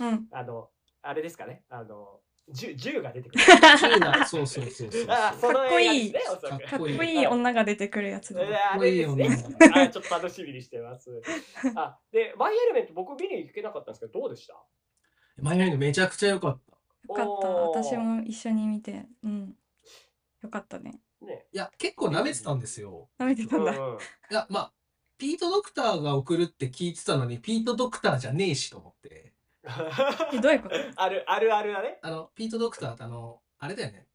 [SPEAKER 3] ーうん
[SPEAKER 1] あの、あれですかね、あの、銃銃が出てくる。
[SPEAKER 2] そうなそうそうそうそうそう
[SPEAKER 1] あーその
[SPEAKER 3] かっこいい
[SPEAKER 1] 映画ですね、おそらく。
[SPEAKER 3] かっこ
[SPEAKER 2] かっこ
[SPEAKER 3] い
[SPEAKER 1] い
[SPEAKER 3] い
[SPEAKER 1] い
[SPEAKER 3] 女が出てくるやつだ
[SPEAKER 1] えーあ
[SPEAKER 2] こ
[SPEAKER 1] れ
[SPEAKER 2] いい
[SPEAKER 1] です
[SPEAKER 2] よ
[SPEAKER 1] ね。あーちょっと楽しみにしてます。あで、マイエレメント僕見に行けなかったんですけど、どうでした
[SPEAKER 2] マイ・エレメントめちゃくちゃ良かった
[SPEAKER 3] よかった。
[SPEAKER 1] おー
[SPEAKER 3] 私も一緒に見て、うん。よかったね。
[SPEAKER 1] ね。
[SPEAKER 2] いや結構舐めてたんですよ
[SPEAKER 3] 舐めてた
[SPEAKER 1] うんんう
[SPEAKER 3] だ。
[SPEAKER 1] ん
[SPEAKER 2] いや、まあ、ピート・ドクターが送るって聞いてたのに、ピート・ドクターじゃねえしと思って。
[SPEAKER 3] え、どういうこと
[SPEAKER 1] <laughs> あるあるあるだね。
[SPEAKER 2] あの、ピート・ドクターってあの、あれだよね。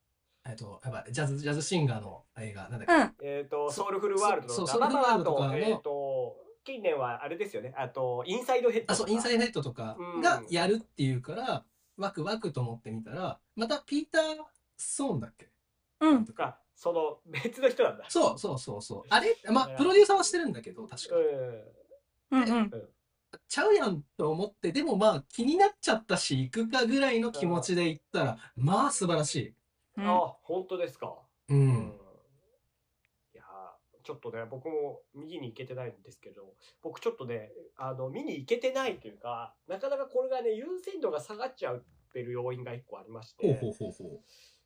[SPEAKER 2] えっと、やばい、ジャズ、ジャズシンガーの映画、なんだっけ。
[SPEAKER 3] うん。
[SPEAKER 1] えっ、と、ソウルフルワールド
[SPEAKER 2] そ
[SPEAKER 1] と
[SPEAKER 2] う
[SPEAKER 1] か、
[SPEAKER 2] そうソウルフルワールドとか
[SPEAKER 1] まあまああと
[SPEAKER 2] の
[SPEAKER 1] えっ、と、近年はあれですよね、あと、インサイドヘッド
[SPEAKER 2] あ、
[SPEAKER 1] と
[SPEAKER 2] そ
[SPEAKER 1] か
[SPEAKER 2] う、インサイドヘッドとかがやるっていうから、ワクワクと思ってみたら、またピーター・ソーンだっけ
[SPEAKER 3] うん。
[SPEAKER 1] とか、その別の人なんだ。
[SPEAKER 2] そうそうそうそう。あれまあ、プロデューサーはしてるんだけど、確か。
[SPEAKER 3] うんうん。
[SPEAKER 2] ちゃうやんと思って、でもまあ、気になっちゃったし、行くかぐらいの気持ちで行ったら、まあ、素晴らしい。
[SPEAKER 3] う
[SPEAKER 1] うんん。あ、本当ですか。
[SPEAKER 2] う。。
[SPEAKER 1] うんいやー、ちょっとね、僕も右に行けてないんですけど、僕ちょっとね、あの、見に行けてないというか、なかなかこれがね、優先度が下がっちゃってる要因が一個ありまして、
[SPEAKER 2] ほうほうほうほ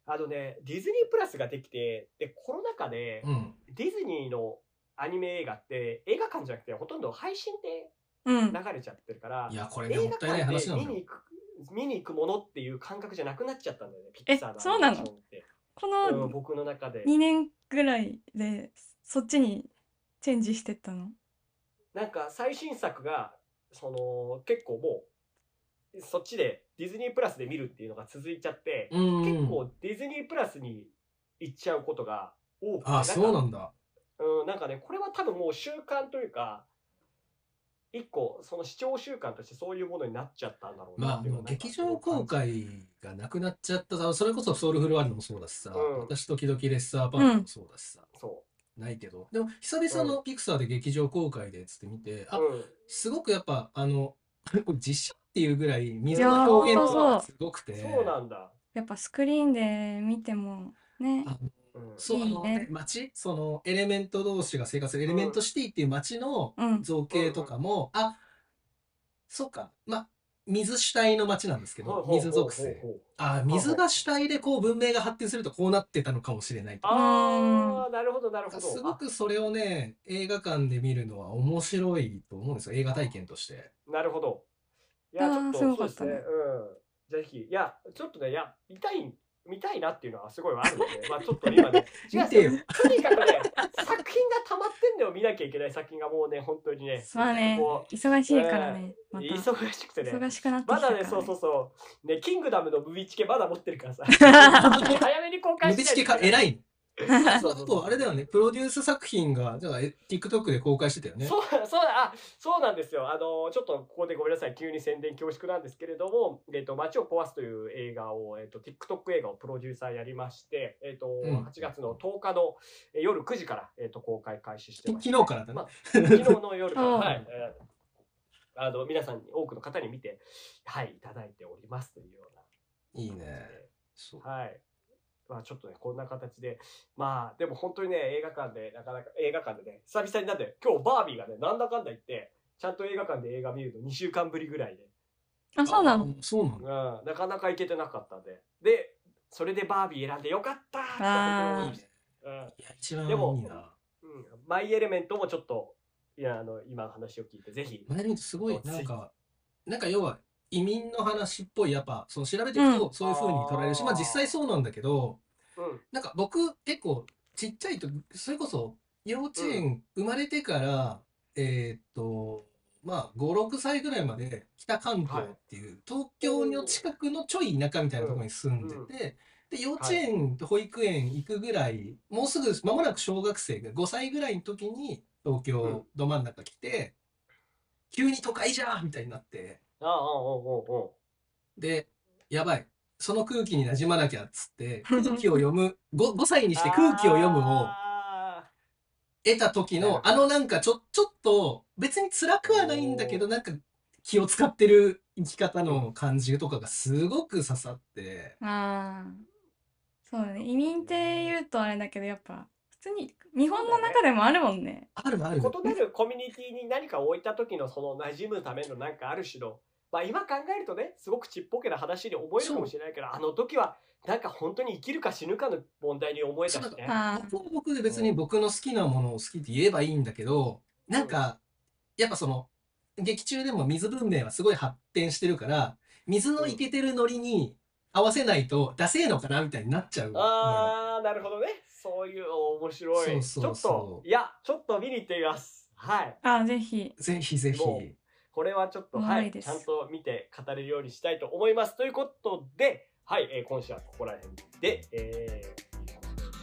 [SPEAKER 1] あのね、ディズニープラスができて、で、コロナ禍で
[SPEAKER 2] う。う、ん。
[SPEAKER 1] ディズニーのアニメ映画って映画館じゃなくてほとんど配信で
[SPEAKER 3] うん。
[SPEAKER 1] 流れちゃってるから
[SPEAKER 2] い、や、これね、
[SPEAKER 1] 映
[SPEAKER 2] もっ
[SPEAKER 1] 画
[SPEAKER 2] たいない
[SPEAKER 1] 館
[SPEAKER 2] 話
[SPEAKER 1] で
[SPEAKER 2] なん
[SPEAKER 1] 見
[SPEAKER 2] だよ
[SPEAKER 1] に。行く見に行くものっていう感覚じゃなくなっちゃったんだよね、ピ
[SPEAKER 3] え
[SPEAKER 1] ッツァの
[SPEAKER 3] そうなの
[SPEAKER 1] アニメーションって
[SPEAKER 3] こ
[SPEAKER 1] うん
[SPEAKER 3] の
[SPEAKER 1] 僕の中で。
[SPEAKER 3] 2年ぐらいで、そっちにチェンジしてったの。
[SPEAKER 1] なんか最新作が、その結構もう、そっちでディズニープラスで見るっていうのが続いちゃって、
[SPEAKER 2] うんうん
[SPEAKER 1] 結構ディズニープラスに行っちゃうことが多くて
[SPEAKER 2] あ、そうなん
[SPEAKER 1] か
[SPEAKER 2] んだ。
[SPEAKER 1] うん、なんかね、これは多分もう習慣というか、一個、その視聴習慣としてそういうものになっちゃったんだろうな
[SPEAKER 2] まあ、
[SPEAKER 1] っていうの
[SPEAKER 2] も
[SPEAKER 1] は
[SPEAKER 2] う
[SPEAKER 1] なんか
[SPEAKER 2] 劇場公開がなくなっちゃった。それこそソウルフルワールドもそうだしさ、
[SPEAKER 1] うん
[SPEAKER 2] 私時々レッサーパンダもそうだしさ、
[SPEAKER 1] そ
[SPEAKER 2] ないけど、でも久々のピクサーで劇場公開でつって見て、
[SPEAKER 1] う。
[SPEAKER 2] あ、
[SPEAKER 1] うん
[SPEAKER 2] すごくやっぱ、あの、 <laughs> これ実写っていうぐらい水
[SPEAKER 1] いや
[SPEAKER 2] の
[SPEAKER 1] ー
[SPEAKER 2] 表現とか
[SPEAKER 3] ほん
[SPEAKER 2] が
[SPEAKER 3] と
[SPEAKER 2] すごくて、
[SPEAKER 1] そうなんだ。
[SPEAKER 3] やっぱスクリーンで見ても、ね。
[SPEAKER 2] あ
[SPEAKER 1] うん
[SPEAKER 2] そう、あの
[SPEAKER 3] いいね
[SPEAKER 2] ね、街、そのエレメント同士が生活するエレメントシティっていう街の、
[SPEAKER 3] うん。
[SPEAKER 2] 造形とかも、あ、そうか、まあ、水主体の街なんですけ
[SPEAKER 1] ほう
[SPEAKER 2] ど、
[SPEAKER 1] ほう
[SPEAKER 2] 水属性。
[SPEAKER 1] ほうほう
[SPEAKER 2] あ、水が主体でこう文明が発展するとこうなってたのかもしれないと
[SPEAKER 1] ああ、なるほど、なるほど。
[SPEAKER 2] すごくそれをね、映画館で見るのは面白いと思うんですよ、映画体験として。
[SPEAKER 1] あなるほど。いや、
[SPEAKER 3] あ
[SPEAKER 1] ち
[SPEAKER 3] ー
[SPEAKER 1] ょっと、
[SPEAKER 3] すご
[SPEAKER 1] そ
[SPEAKER 3] か
[SPEAKER 1] う
[SPEAKER 3] っ
[SPEAKER 1] ですね。
[SPEAKER 3] たね
[SPEAKER 1] うん。ぜひ、いや、ちょっとね、いや、見たいん見たいなっていうのはすごいあるの
[SPEAKER 2] <laughs>
[SPEAKER 1] で、まあちょっと今ね、違う
[SPEAKER 2] 見てよ。
[SPEAKER 1] とにかくね、作品が溜まってんのを見なきゃいけない作品がもうね、本当にね、
[SPEAKER 3] そうね
[SPEAKER 1] こ。
[SPEAKER 3] 忙しいからね。また。
[SPEAKER 1] 忙しくてね。
[SPEAKER 3] 忙しくなって
[SPEAKER 1] ま
[SPEAKER 3] きたか
[SPEAKER 1] だ
[SPEAKER 3] ら、
[SPEAKER 1] ね、
[SPEAKER 3] ね。
[SPEAKER 1] そうそうそう。ね、キングダムの VHK まだ持ってるから
[SPEAKER 2] <laughs>
[SPEAKER 1] さ。早めに公開
[SPEAKER 2] ムビチケか偉
[SPEAKER 1] い。
[SPEAKER 2] いね。
[SPEAKER 1] そ
[SPEAKER 2] そ
[SPEAKER 1] そう
[SPEAKER 2] ううあ
[SPEAKER 1] そう
[SPEAKER 2] と、あれだよね、プロデュース作品が、じゃあ、え TikTok で公開してたよね。
[SPEAKER 1] そうそうだあそうなんですよあのちょっとここでごめんなさい急に宣伝恐縮なんですけれども「えっと街を壊す」という映画を、えっと TikTok 映画をプロデューサーやりまして、えっと
[SPEAKER 2] うん
[SPEAKER 1] 8月の10日のえ夜9時から、えっと公開開始してま
[SPEAKER 2] 昨 <laughs>
[SPEAKER 1] す
[SPEAKER 2] 日からだ
[SPEAKER 1] ま
[SPEAKER 2] ね
[SPEAKER 1] あ。昨日の夜から、
[SPEAKER 3] うん
[SPEAKER 1] はいえーあの皆さんに多くの方に見てはいいただいておりますというようない
[SPEAKER 2] い
[SPEAKER 1] 感じ
[SPEAKER 2] ね。
[SPEAKER 1] で
[SPEAKER 2] そう
[SPEAKER 1] はい。まあちょっとね、こんな形で。まあ、でも本当にね、映画館で、なかなか映画館でね、久々になって、今日バービーがね、なんだかんだ言って、ちゃんと映画館で映画見るの2週間ぶりぐらいで、
[SPEAKER 3] あ、そうなの。
[SPEAKER 2] あそうな
[SPEAKER 1] う
[SPEAKER 2] の
[SPEAKER 1] ん、なかなか行けてなかったんで。で、それでバービー選んでよかったー
[SPEAKER 3] あー
[SPEAKER 1] と思いましたうん
[SPEAKER 2] いや、一番い
[SPEAKER 1] でも
[SPEAKER 2] いな。
[SPEAKER 1] うんマイエレメントもちょっと、いや、あの、今話を聞いて、ぜひ。
[SPEAKER 2] マイルミントすごい
[SPEAKER 1] 落、ち着い
[SPEAKER 2] なんか、なんか要は、移民の話っぽい、やっぱ、その調べていくと、そういう風に捉えるし、まあ
[SPEAKER 1] あー
[SPEAKER 2] 実際そうなんだけど、
[SPEAKER 1] うん。
[SPEAKER 2] なんか僕、結構、ちっちゃいと、それこそ、幼稚園生まれてから、えーっと、まあ、5、6歳ぐらいまで、北関東っていう、東京の近くのちょい田舎みたいなところに住んでて、で、幼稚園、保育園行くぐらい、もうすぐ、間もなく小学生が5歳ぐらいの時に、東京ど真ん中来て、急に都会じゃんみたいになって、
[SPEAKER 1] ああ、おうおうおう
[SPEAKER 2] で、やばい。その空気に馴染まなきゃっつ
[SPEAKER 1] <laughs>
[SPEAKER 2] って、空気を読む、5, 歳にして空気を読むを
[SPEAKER 1] あ
[SPEAKER 2] 得た時
[SPEAKER 1] なるほ
[SPEAKER 2] の、
[SPEAKER 1] ど
[SPEAKER 2] あのなんかちょ、ちょっと、別に辛くはないんだけど、なんか気を使ってる生き方の感じとかがすごく刺さって、
[SPEAKER 3] ああ。そうだね。移民って言うとあれだけど、やっぱ、普通に日本の中でもあるもんね。
[SPEAKER 2] あるあ
[SPEAKER 1] ー
[SPEAKER 2] る。
[SPEAKER 1] 異なるコミュニティに何かを置いた時のその馴染むためのなんかある種の、まあ、今考えるとねすごくちっぽけな話に思えるかもしれないけどあの時はなんか本当に生きるか死ぬかの問題に思えたし
[SPEAKER 2] そう
[SPEAKER 1] ね。
[SPEAKER 3] あ
[SPEAKER 2] 僕は僕で別に僕の好きなものを好きって言えばいいんだけど、なんか、やっぱその、劇中でも水文明はすごい発展してるから、水のイケてるノリに合わせないとダセえのかなみたいになっちゃうのよ。
[SPEAKER 1] あーなるほどねそういう面白い
[SPEAKER 2] そうそう
[SPEAKER 1] ちょっと
[SPEAKER 2] そ
[SPEAKER 1] いやちょっと見に行ってみますはい
[SPEAKER 3] あ。ああ、ぜひ。
[SPEAKER 2] ぜひぜひ。 <laughs>
[SPEAKER 1] もうこれはちょっと、
[SPEAKER 3] もう
[SPEAKER 1] は
[SPEAKER 3] 無
[SPEAKER 1] い、
[SPEAKER 3] 理で
[SPEAKER 1] ち
[SPEAKER 3] す
[SPEAKER 1] ゃんと見て語れるようにしたいと思いますということで、はいえー今週はここら辺で、え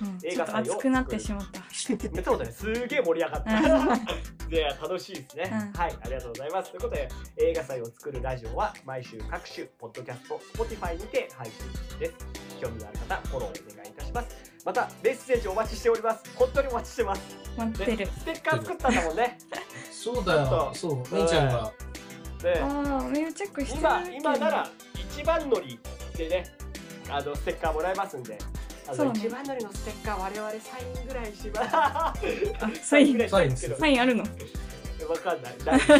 [SPEAKER 3] うん、
[SPEAKER 1] 映
[SPEAKER 3] ちょ
[SPEAKER 1] 画
[SPEAKER 3] っ
[SPEAKER 1] 祭
[SPEAKER 3] と
[SPEAKER 1] を
[SPEAKER 3] 熱くなってしまった。
[SPEAKER 1] ー、めっちゃことねすげえ盛り上がっ
[SPEAKER 3] <laughs> うん
[SPEAKER 1] た。いや楽しいですね、
[SPEAKER 3] うん
[SPEAKER 1] はいありがとうございますということで映画祭を作るラジオは毎週各種ポッドキャスト Spotify にて配信中です興味のある方フォローお願いいたしますまたメッセージお待ちしております本当にお待ちしてます
[SPEAKER 3] 待って
[SPEAKER 1] ね
[SPEAKER 3] る。
[SPEAKER 1] ステッカー作ったんだもんね
[SPEAKER 2] そうだ
[SPEAKER 1] ちょっ
[SPEAKER 2] よ。
[SPEAKER 1] と
[SPEAKER 2] そう、みーちゃんが。
[SPEAKER 1] ね
[SPEAKER 3] ああ、メールチェックして
[SPEAKER 1] 今
[SPEAKER 3] るけど
[SPEAKER 1] 今なら一番乗りでねあのステッカーもらえますんであ
[SPEAKER 3] そう
[SPEAKER 1] の
[SPEAKER 3] ね
[SPEAKER 1] 一番乗りのステッカー我々サインぐらいします
[SPEAKER 3] サイン
[SPEAKER 1] <laughs> ぐらいしたいんですけど
[SPEAKER 3] サインあるの。
[SPEAKER 1] わかんない。大丈夫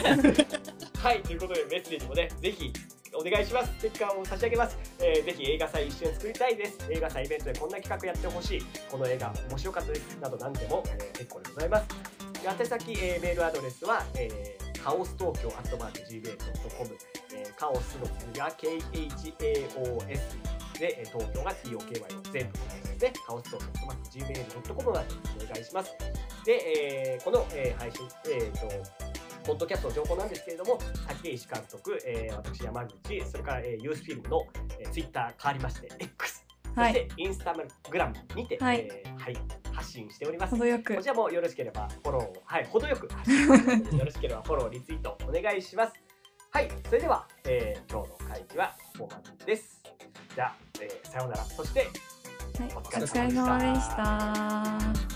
[SPEAKER 1] はい、ということでメッセージもね、ぜひお願いします。ステッカーを差し上げます。えーぜひ映画祭一緒に作りたいです。映画祭イベントでこんな企画やってほしい。この映画面白かったです。など何でも、えー結構でございます。宛先、えーメールアドレスは、えーカオス東京アットマーク Gmail.com、えーカオスの次が KHAOS で、えー東京が TOKY の全部ですね。カオス東京アットマーク Gmail.com までお願いします。で、えーこの、えー配信、えー、と、ポッドキャストの情報なんですけれども、竹石監督、えー私山口、それから、えー、ユースフィルムの、えー、ツイッター変わりまして、X、そ
[SPEAKER 3] は
[SPEAKER 1] し
[SPEAKER 3] い。
[SPEAKER 1] てインスタグラムにて、
[SPEAKER 3] はい
[SPEAKER 1] えーはい、発信しております。
[SPEAKER 3] 程よく
[SPEAKER 1] こ。ちらもよろしければフォローを、はい、程よく発信しておりますので、よろしければフォロー、リツイートお願いします。はい、それでは、えー今日の会議はここまでです。じゃあ、えーさようなら。そして、
[SPEAKER 3] はい、お
[SPEAKER 1] お
[SPEAKER 3] 疲
[SPEAKER 1] 疲
[SPEAKER 3] れ
[SPEAKER 1] れ
[SPEAKER 3] 様
[SPEAKER 1] 様
[SPEAKER 3] で
[SPEAKER 1] で
[SPEAKER 3] し
[SPEAKER 1] した
[SPEAKER 3] た。